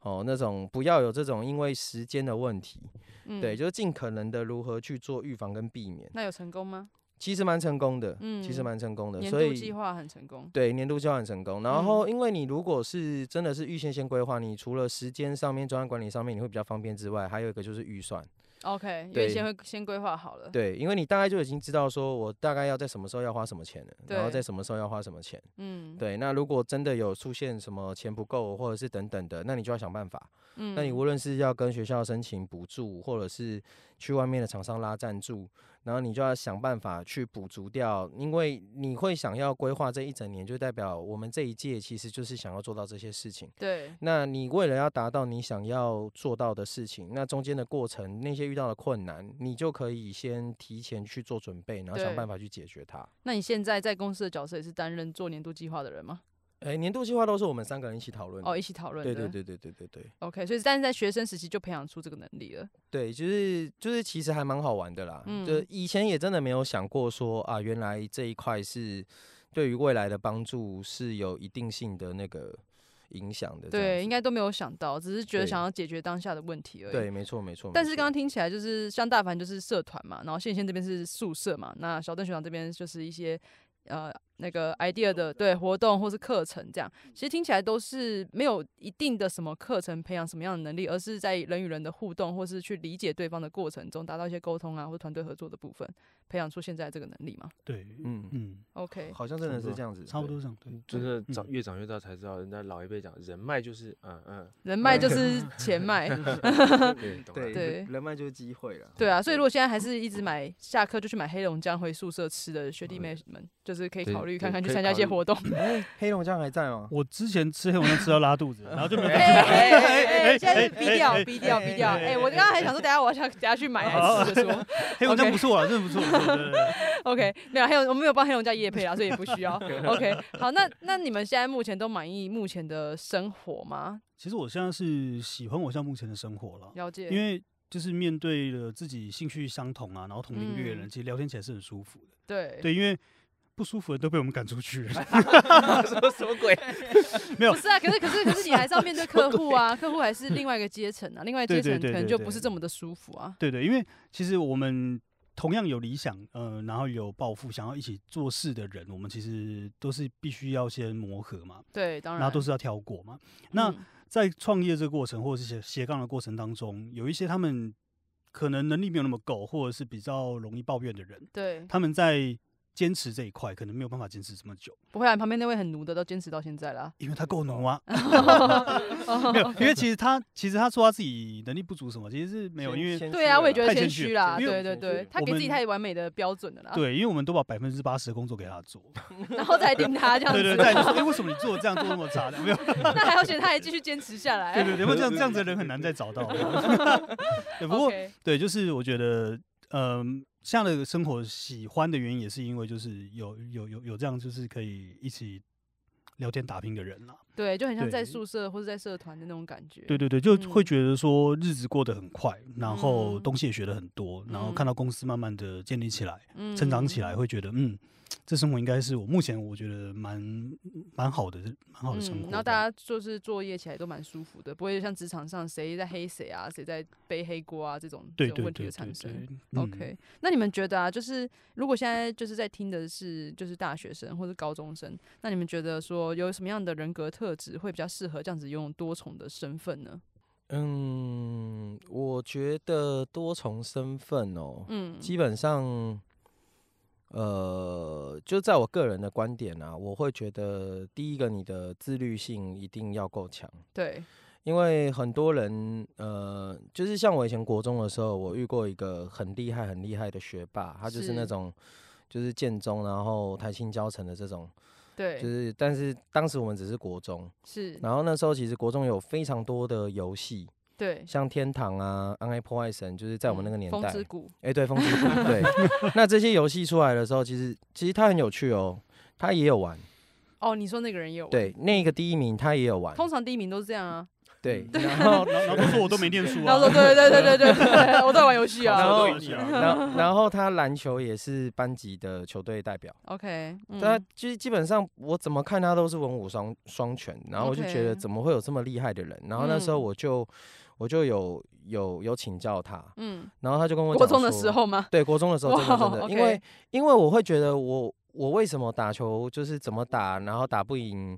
哦，那种不要有这种因为时间的问题，
嗯
对，就是尽可能的如何去做预防跟避免，
那有成功吗？
其实蛮成功的，
嗯
其实蛮成功的，
年
呃所
度计
以
划很成功。
对年度交换成
嗯
功。然后，因为你如果是真的是预先先规划，你除了时间上面、专案管理上面你会比较方便之外，还有一个就是预算，
OK，因为
对
先会先规划好了。
对，因为你大概就已经知道说我大概要在什么时候要花什么钱了，然后
对
在什么时候要花什么钱。
嗯，
对，那如果真的有出现什么钱不够或者是等等的，那你就要想办法。
嗯，
那你无论是要跟学校申请补助，或者是去外面的厂商拉赞助，然后你就要想办法去补足掉，因为你会想要规划这一整年，就代表我们这一届其实就是想要做到这些事情。
对
那你为了要达到你想要做到的事情，那中间的过程那些遇到的困难，你就可以先提前去做准备，然后想
对
办法去解决它。
那你现在在公司的角色也是担任做年度计划的人吗？
哎，年度计划都是我们三个人一起讨论的。
哦，一起讨论
对
的。
对对对对对对
OK，所以但是在学生时期就培养出这个能力了。
对，就是就是，其实还蛮好玩的啦。就
嗯
以前也真的没有想过说啊，原来这一块是对于未来的帮助是有一定性的那个影响的这样子。
对，应该都没有想到，只是觉得
对
想要解决当下的问题而已。
对，。没错没错。
但
没
是
错
刚刚听起来就是像大凡就是社团嘛，然后线线这边是宿舍嘛，那小邓学长这边就是一些呃那个 idea 的对活动或是课程这样，
嗯
其实听起来都是没有一定的什么课程培养什么样的能力，而是在人与人的互动或是去理解对方的过程中，达到一些沟通啊或团队合作的部分，培养出现在这个能力嘛。
对，
嗯，
嗯，
OK，
好像真
差
的
不
是
多
这样子，
差不
对
多。这样。对，
真的长
嗯
越长越大才知道，人家老一辈讲人脉就是嗯嗯，
人脉就是钱 脉。
对，懂
对
了。
对
人脉就是机会 了。
对啊， 所以如果现在还是一直买下课就去买黑龙江回宿舍吃的学弟
嗯
妹们，就是可以
对
考虑看
对
看，去
可以
参加一
考
些
虑
活动。
哎，黑龙江还在吗？
我之前吃黑龙江吃到拉肚子，然 后就没有
哎
再去买。
哎哎哎，现在是
哎
逼掉
哎
逼掉
哎
逼掉。
哎
哎，我刚刚还想说，等一下我想等一下去买来吃的说。
黑龙江
OK
不错啊，真的 不错。不错对对对
OK，没有，还有我没有帮黑龙江业配啦，所以也不需要。OK，好，那那你们现在目前都满意目前的生活吗？
其实我现在是喜欢我现在目前的生活了，
了解，
因为就是面对了自己兴趣相同啊，然后同龄月的人，
嗯
其实聊天起来是很舒服的。
对
对，因为不舒服的都被我们赶出去了。
说 什么 鬼？
不是啊，可是可是可是你还是要面对客户啊，客户还是另外一个阶层啊，另外一个阶
对对
层可
对
能
对
就
对
不是这么的舒服啊。
对对，因为其实我们同样有理想，呃，然后有抱负，想要一起做事的人，我们其实都是必须要先磨合嘛，
对，当
然
然
后都是要挑过嘛。那
嗯
在创业这个过程，或者是斜斜杠的过程当中，有一些他们可能能力没有那么够，或者是比较容易抱怨的人，
对，
他们在坚持这一块可能没有办法坚持这么久，
不会啊，你旁边那位很奴的都坚持到现在啦。
因为他够努啊。没 有，因为其实他其实他说他自己能力不足什么，其实是没有，因为
对啊，我也觉得
太谦
谦
虚
虚
了
啦，
因为
对对对，他
我
给自己
们
太完美的标准了啦，
对，因为我们都把百分之八十的工作给他做，
然后再定他这样
对
子
对，，在哎、为什么你做这样做那么差的？没有，
那还好险，他还继续坚持下来。
对 哎对对，因为这样这样子的人很难再找到。啊对，不过
OK，
对，就是我觉得，嗯、这样的生活喜欢的原因，也是因为就是有有有有这样就是可以一起聊天打拼的人啦。
对，就很像在
对
宿舍或者在社团的那种感觉。
对对对，就会
嗯
觉得说日子过得很快，然后
嗯
东西也学得很多，然后看
嗯
到公司慢慢的建立起来、
嗯，
成长起来，会觉得嗯，这生活应该是我目前我觉得蛮蛮好的蛮好的生活
嗯。
的。
然后大家就是作业起来都蛮舒服的，不会像职场上谁在黑谁啊，谁在背黑锅啊这种这
对
种
对
问题
对
的
对
产生
对。嗯
OK，、那你们觉得啊，就是如果现在就是在听的是就是大学生或者高中生，那你们觉得说有什么样的人格特质会比较适合这样子拥有多重的身份呢？
嗯，我觉得多重身份哦，
嗯，
基本上，呃，就在我个人的观点啊，我会觉得第一个，你的自律性一定要够强，
对，
因为很多人，呃，就是像我以前国中的时候，我遇过一个很厉害、很厉害的学霸，他就是那
是
种就是建中，然后台青教成的这种，
对，
就是但是当时我们只是国中，
是，
然后那时候其实国中有非常多的游戏，
对，
像天堂啊、暗黑破坏神，就是在我们那个
嗯
年
风
代，
之谷，
哎、对，风之谷，对。那这些游戏出来的时候，其实其实它很有趣哦，它也有玩，
哦，你说那个人也有玩，
对，那个第一名它也有玩，
通常第一名都是这样啊。
对。
然后然后都说我都没念书
然
啊
后说，对对对对对 对，我在玩游戏
考
然
试
啊。
后
都有写啊
然后然后他篮球也是班级的球队代表，
OK，
他
嗯，
就是基本上我怎么看他都是文武双双全，然后我就觉得
OK
怎么会有这么厉害的人？然后那时候
嗯
我就我就有有有请教他，
嗯，
然后他就跟我
国
讲
中的
说
时候吗？
对，国中的时候真的真
哇
的，
，OK
因为因为我会觉得我我为什么打球就是怎么打，然后打不赢。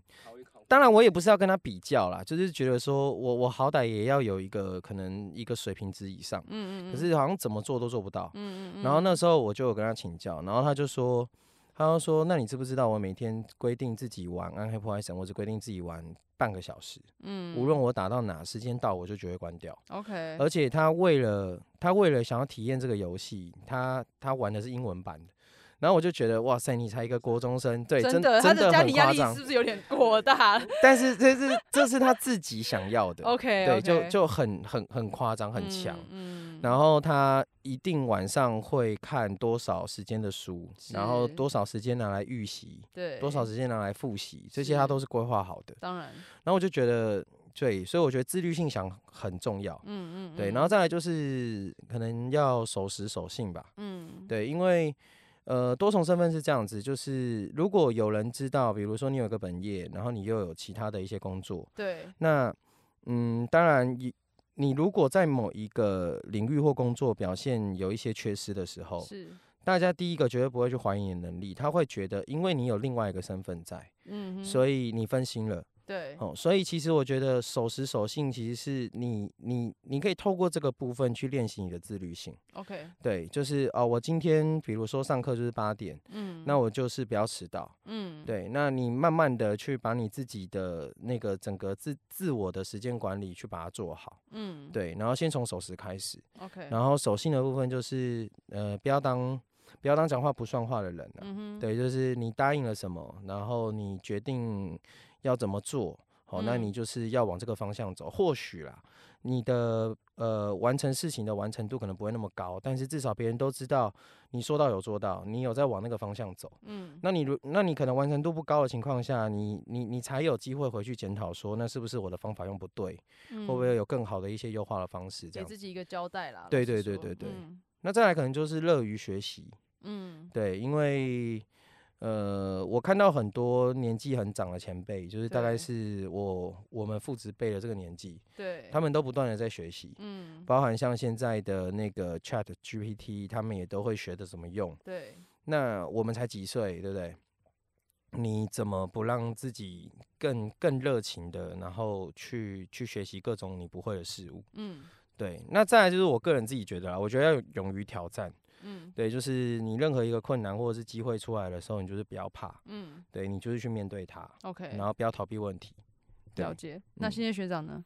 当然，我
啊
也不是要跟他比较啦，就是觉得说我我好歹也要有一个可能一个水平值以上，
嗯嗯，
可是好像怎么做都做不到。
嗯，嗯嗯，
然后那时候我就有跟他请教，然后他就说，他就说，那你知不知道我每天规定自己玩暗黑破坏神，我只规定自己玩半个小时，
嗯，
无论呃我打到哪，时间到我就绝对关掉。
OK，
而且他为了他为了想要体验这个游戏，他他玩的是英文版的。然后我就觉得，哇塞，你才一个国中生，对，真
的，他
真
的家
很
庭压
夸
力
张
是。不是有点过 大了
但是这是这是他自己想要的
？OK，
对，就就很很很夸张，很强。
嗯，
然后他一定晚上会看多少时间的书，然后
是
多少时间拿来预习，
对
多少时间拿来复习，这些他
是
都是规划好的。
当然，
然后我就觉得，对，所以我觉得自律性想很重要。
嗯嗯，
对，然后再来就是可能要守时守信吧。
嗯，
对，因为呃多重身份是这样子，就是如果有人知道，比如说你有个本业，然后你又有其他的一些工作，
对
那嗯，当然你你如果在某一个领域或工作表现有一些缺失的时候，
是，
大家第一个绝对不会去怀疑你的能力，他会觉得因为你有另外一个身份在，
嗯，
所以你分心了。
对
哦，所以其实我觉得守时守信其实是你你你可以透过这个部分去练习你的自律性。
，OK，
对，就是哦，我今天比如说上课就是八点，
嗯，
那我就是不要迟到。
嗯，
对，那你慢慢的去把你自己的那个整个自自我的时间管理去把它做好。
嗯，
对，然后先从守时开始，
，OK，
然后守信的部分就是呃，不要当不要当讲话不算话的人啊。
嗯哼，
对，就是你答应了什么，然后你决定要怎么做，好、那
嗯
你就是要往这个方向走。或许啦，你的呃完成事情的完成度可能不会那么高，但是至少别人都知道你说到有做到，你有在往那个方向走。
嗯，
那你如那你可能完成度不高的情况下，你你你才有机会回去检讨说，那是不是我的方法用不对，
会
会不会有更好的一些优化的方式这
给
样子？
自己一个交代啦？
对
老实
对对
说
对对
嗯
那再来可能就是乐于学习，
嗯，
对，因为呃，我看到很多年纪很长的前辈，就是大概
对
是我我们父职辈的这个年纪，
对，
他们都不断的在学习，
嗯，
包含像现在的那个 Chat GPT，他们也都会学的怎么用。
对，
那我们才几岁，对不对？你怎么不让自己更更热情的，然后去去学习各种你不会的事物？
嗯
对，那再来就是我个人自己觉得啦，我觉得要勇于挑战。
嗯
对，就是你任何一个困难或者是机会出来的时候，你就是不要怕，
嗯
对你就是去面对它，
，OK，
然后不要逃避问题。对
了解。那
嗯
新鲜学长呢？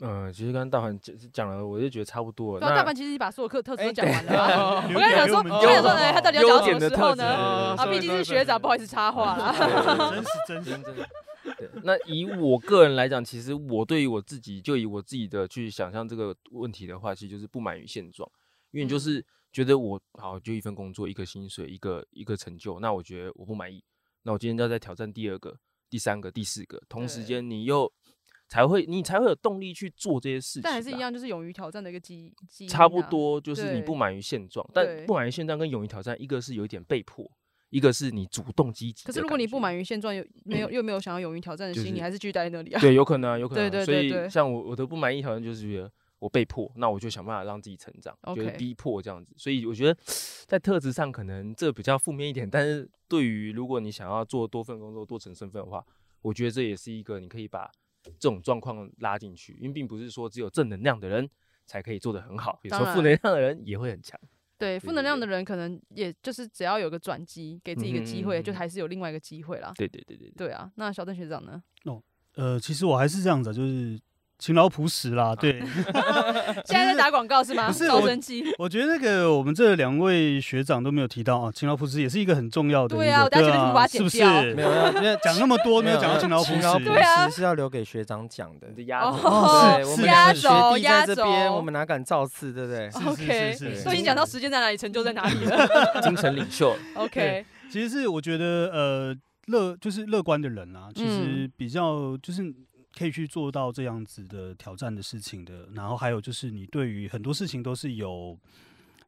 嗯，其实刚刚大凡讲讲了，我就觉得差不不多
对
了。
啊，
那
大半其实你把所有课
哎
特质都讲完了啊。 我
留
刚才想
点给
说，
们
我刚
讲
才想
讲
说，
好不
哎，
好
他到底要讲到
优
什
点
么
的
时候
特质
呢？
呃
对
啊，
对对
毕竟是学长，不好意思插 话啊啦。
真是真是
真真对，那以我个人来讲，其实我对于我自己，就以我自己的去想象这个问题的话，其实就是不满于现状，因为你就
嗯
是觉得我好就一份工作，一个薪水，一个一个成就，那我觉得我不满意，那我今天要再挑战第二个、第三个、第四个，同时
对
间你又才会你才会有动力去做这些事情，啊
但还是一。
啊
样，就是勇于挑战的一个基基因啊。
差不多就是你
对
不满于现状，
对
但不满于现状跟勇于挑战，一个是有一点被迫，一个是你主动积极的感觉。
可是如果你不满于现状，又
嗯
没有又没有想要勇于挑战的
就
心，你
是
还是继续待在那 里啊。
对，有可能啊，有可能
对对
啊、所
对对
以像我我的不满意条件就是觉得我被迫，那我就想办法让自己成长就是
OK
逼迫这样子。所以我觉得在特质上可能这比较负面一点，但是对于如果你想要做多份工作、多层身份的话，我觉得这也是一个你可以把这种状况拉进去，因为并不是说只有正能量的人。才可以做得很好，有时候
当
负
然
能量的人也会很强。
对，
对
负
对
能量的
对
人可能也就是只要有个转机，给自己一个机
嗯
会，
嗯嗯
就
嗯
还是有另外一个机会啦。
对对对对对，
对啊，那小邓学长呢？
呃，其实我还是这样子啊，就是勤劳朴实 啦。对，
现在在打广告是吗？
不呃是
招
我
生机。
我觉得那个我们这两位学长都没有提到啊，勤劳朴实也是一个很重要的一个。
对啊我等下绝对全部把它
是不是
剪掉？
没有，没有，因 为
讲那么多没有讲到勤劳朴
勤劳
实，
朴
对啊
实是要留给学长讲的
你。的压力
哦
对，我
是
们
压
两个学
轴
弟
压
在
轴
这边，我们哪敢造次，对不对？
是
OK，
是是是
都已经讲到时间在哪里，成就在哪 里了。
精神领袖，
OK，
其实是我觉得呃乐就是乐观的人啊，其实
嗯
比较就是可以去做到这样子的挑战的事情的。然后还有就是你对于很多事情都是有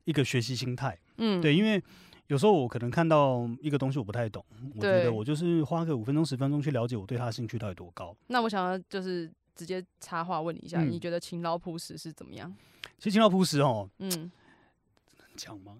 一个学习心态，
嗯，
对，因为。有时候我可能看到一个东西我不太懂，我觉
对
得我就是花个五分钟十分钟去了解我对它兴趣到底多高。
那我想要就是直接插话问你一下，
嗯
你觉得勤劳朴实是怎么样？
其实勤劳朴实哦，
嗯，
讲 吗？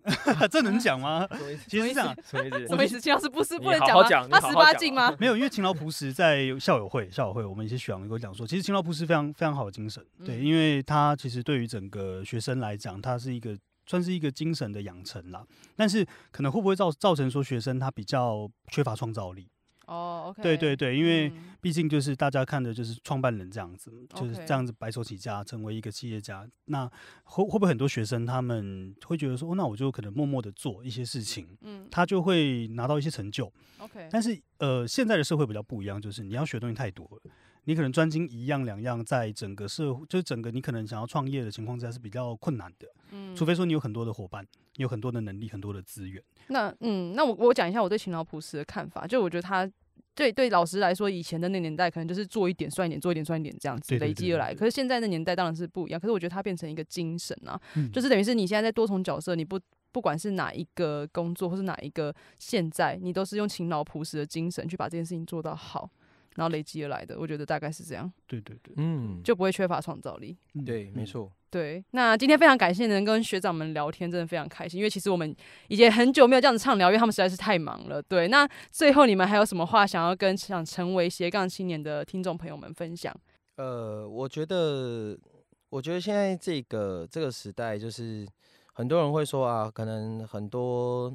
这能讲吗？
什么意思？
其实是这样，啊
什么意思？
什么意思？勤劳是不是
你
不能
好
讲
好
吗？
讲你
他
好
十
好
八
讲
禁
啊
吗？
没有，因为勤劳朴实在校友会，校友会我们一些学长跟我讲说，其实勤劳朴实非常非常好的精神，对，
嗯
因为他其实对于整个学生来讲，他是一个算是一个精神的养成啦。但是可能会不会造造成说学生他比较缺乏创造力？
哦，OK，
对对对，因为
嗯
毕竟就是大家看的就是创办人这样子，就是
OK
这样子白手起家成为一个企业家。那会会不会很多学生他们会觉得说，哦那我就可能默默的做一些事情，
嗯
他就会拿到一些成就。
，OK，
但是呃，现在的社会比较不一样，就是你要学的东西太多了，你可能专精一样两样，在整个社会，就是整个你可能想要创业的情况之下是比较困难的，
嗯
除非说你有很多的伙伴，你有很多的能力，很多的资源。
那嗯，那我我讲一下我对勤劳朴实的看法，就我觉得他对对老师来说，以前的那年代可能就是做一点算一点，做一点算一点这样子
对对
累
对
积而
对
来。
对
可是现在的年代当然是不一样，可是我觉得它变成一个精神啊，
嗯
就是等于是你现在在多重角色，你不。不管是哪一个工作，或是哪一个现在，你都是用勤劳朴实的精神去把这件事情做到好，然后累积而来的。我觉得大概是这样，
对对对，
嗯，
就不会缺乏创造力。
嗯
对，没。错。
对，那今天非常感谢能跟学长们聊天，真的非常开心，因为其实我们已经很久没有这样子畅聊，因为他们实在是太忙了。对，那最后你们还有什么话想要跟想成为斜杠青年的听众朋友们分享？
呃，我觉得，我觉得现在这个这个时代，就是很多人会说啊，可能很多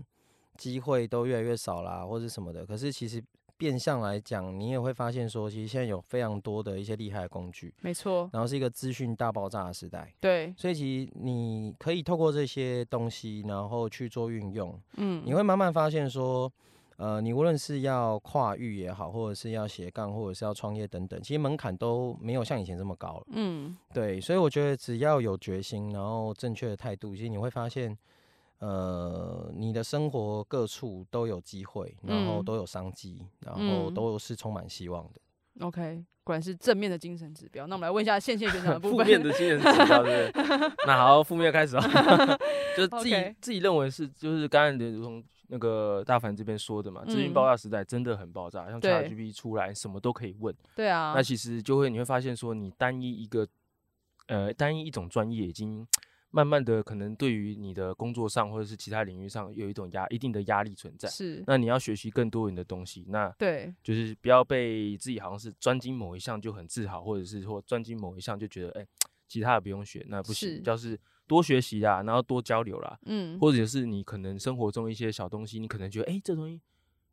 机会都越来越少啦，或者什么的。可是其实变相来讲，你也会发现说，其实现在有非常多的一些厉害的工具，
没错，
然后是一个资讯大爆炸的时代，
对，
所以其实你可以透过这些东西，然后去做运用，
嗯，
你会慢慢发现说，呃，你无论是要跨域也好，或者是要斜杠，或者是要创业等等，其实门槛都没有像以前这么高了。
嗯，
对，所以我觉得只要有决心，然后正确的态度，其实你会发现，呃，你的生活各处都有机会，然后
嗯
都有商机，然后
嗯
都是充满希望的。
OK，果然是正面的精神指标。那我们来问一下线线学长的部
负
分。
面的精神指标，对 不对？那好，负面开始啊，就是自己
OK
自己认为是，就是刚才如同那个大凡这边说的嘛，资讯
嗯
爆炸时代真的很爆炸，像
对
ChatGPT 出来，什么都可以问，
对啊
那，其实就会你会发现说，你单一一个呃单一一种专业已经。慢慢的，可能对于你的工作上或者是其他领域上有一种压一定的压力存在。
是，
那你要学习更多元的东西，那
对，
就是不要被自己好像是专精某一项就很自豪，或者是说专精某一项就觉得哎、其他的不用学，那不
是
行，要是多学习啦，然后多交流啦，
嗯，
或者是你可能生活中一些小东西，你可能觉得哎、这东西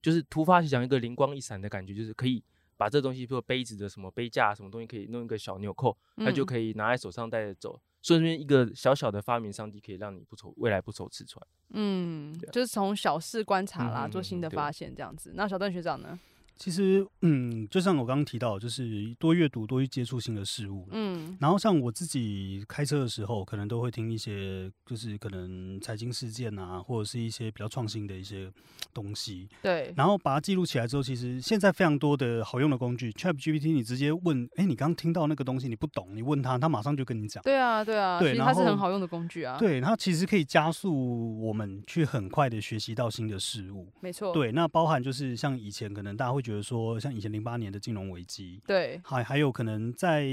就是突发奇想一个灵光一闪的感觉，就是可以把这东西，比如杯子的什么杯架啊什么东西，可以弄一个小纽扣，它就
嗯
可以拿在手上带着走。顺便一个小小的发明商机，可以让你不愁未来不愁吃穿。
嗯
对，啊
就是从小事观察啦，
嗯
做新的
对
发现这样子。那小邓学长呢？
其实，嗯，就像我刚刚提到，就是多阅读，多去接触新的事物。
嗯，
然后像我自己开车的时候，可能都会听一些，就是可能财经事件啊，或者是一些比较创新的一些东西，
对，
然后把它记录起来之后，其实现在非常多的好用的工具，Chat GPT，你直接问，哎，你刚刚听到那个东西你不懂，你问他，他马上就跟你讲。
对啊，对啊，
对
其实
然
它是很
后
好用的工具啊。，
对，它其实可以加速我们去很快的学习到新的事物。
没错，
对，那包含就是像以前可能大家会觉得说，像以前零八年的金融危机，
对，
还还有可能在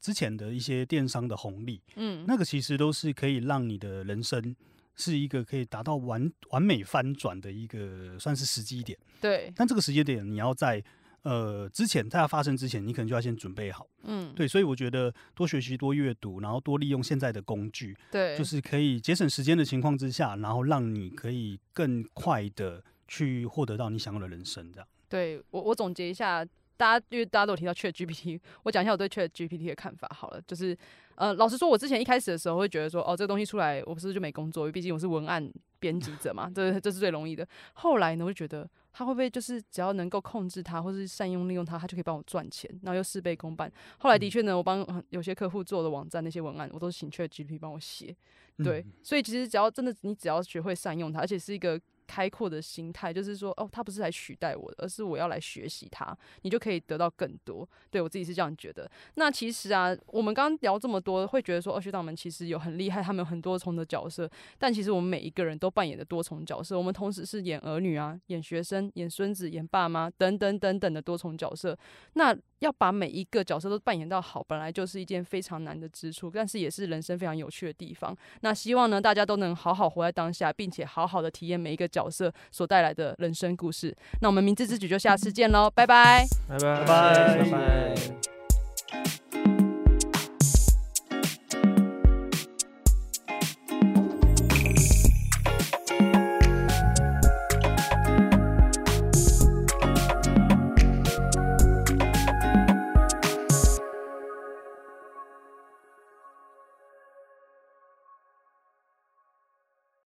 之前的一些电商的红利，
嗯，
那个其实都是可以让你的人生是一个可以达到完完美翻转的一个算是时机点。
对，
但这个时间点你要在呃之前，在它发生之前，你可能就要先准备好。
嗯，
对，所以我觉得多学习、多阅读，然后多利用现在的工具，
对，
就是可以节省时间的情况之下，然后让你可以更快的去获得到你想要的人生。这样，
对我，我总结一下，大家因为大家都有提到 Chat GPT，我讲一下我对 Chat GPT 的看法好了。就是，呃，老实说，我之前一开始的时候会觉得说，哦，这个东西出来，我不是就没工作，因为毕竟我是文案编辑者嘛，这这是最容易的。后来呢，我就觉得它会不会就是只要能够控制它，或是善用利用它，它就可以帮我赚钱，然后又事倍功半。后来的确呢，我帮呃有些客户做的网站那些文案，我都是请 Chat GPT 帮我写。
嗯
对，所以其实只要真的你只要学会善用它，而且是一个开阔的心态，就是说哦，它不是来取代我的，而是我要来学习它，你就可以得到更多。对我自己是这样觉得。那其实啊，我们刚刚聊这么多，会觉得说哦，学长们其实有很厉害，他们有很多重的角色，但其实我们每一个人都扮演的多重角色，我们同时是演儿女啊，演学生，演孙子，演爸妈等等等等的多重角色。那要把每一个角色都扮演到好，本来就是一件非常难的之处，但是也是人生非常有趣的地方。那希望呢，大家都能好好活在当下，并且好好的体验每一个角色所带来的人生故事。那我们明智之举就下次见喽，拜拜。
拜拜
拜
拜拜。